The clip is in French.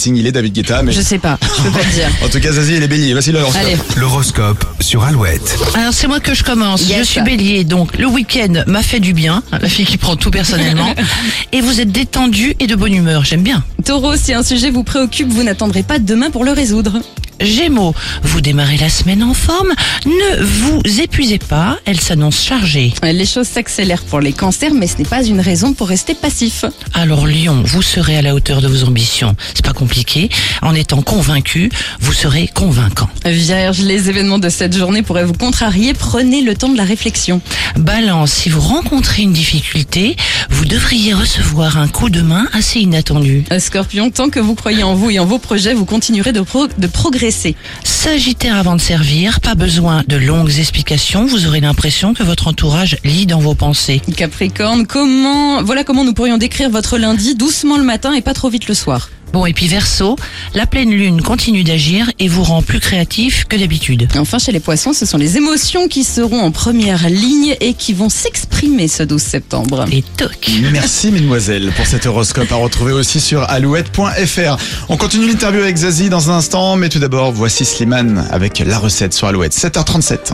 signe il est David Guetta, mais Je sais pas, je peux pas te dire. en tout cas Zazie et les béliers, voici l'horoscope. Allez. L'horoscope sur Alouette. Alors c'est moi que je commence. Yes. Je suis bélier, donc le week-end m'a fait du bien, la fille qui prend tout personnellement. et vous êtes détendu et de bonne humeur, j'aime bien. Taureau, si un sujet vous préoccupe, vous n'attendrez pas demain pour le résoudre. Gémeaux, vous démarrez la semaine en forme, ne vous épuisez pas, elle s'annonce chargée. Les choses s'accélèrent pour les cancers, mais ce n'est pas une raison pour rester passif. Alors Lyon, vous serez à la hauteur de vos ambitions, c'est pas compliqué, en étant convaincu, vous serez convaincant. Vierge, les événements de cette journée pourraient vous contrarier, prenez le temps de la réflexion. Balance, si vous rencontrez une difficulté, vous devriez recevoir un coup de main assez inattendu. Scorpion, tant que vous croyez en vous et en vos projets, vous continuerez de, pro- de progresser. Sagittaire avant de servir, pas besoin de longues explications, vous aurez l'impression que votre entourage lit dans vos pensées. Capricorne, comment, voilà comment nous pourrions décrire votre lundi, doucement le matin et pas trop vite le soir. Bon, et puis Verseau, la pleine lune continue d'agir et vous rend plus créatif que d'habitude. Enfin, chez les poissons, ce sont les émotions qui seront en première ligne et qui vont s'exprimer ce 12 septembre. Et toc Merci mesdemoiselles pour cet horoscope à retrouver aussi sur alouette.fr. On continue l'interview avec Zazie dans un instant, mais tout d'abord voici Slimane avec la recette sur Alouette, 7h37.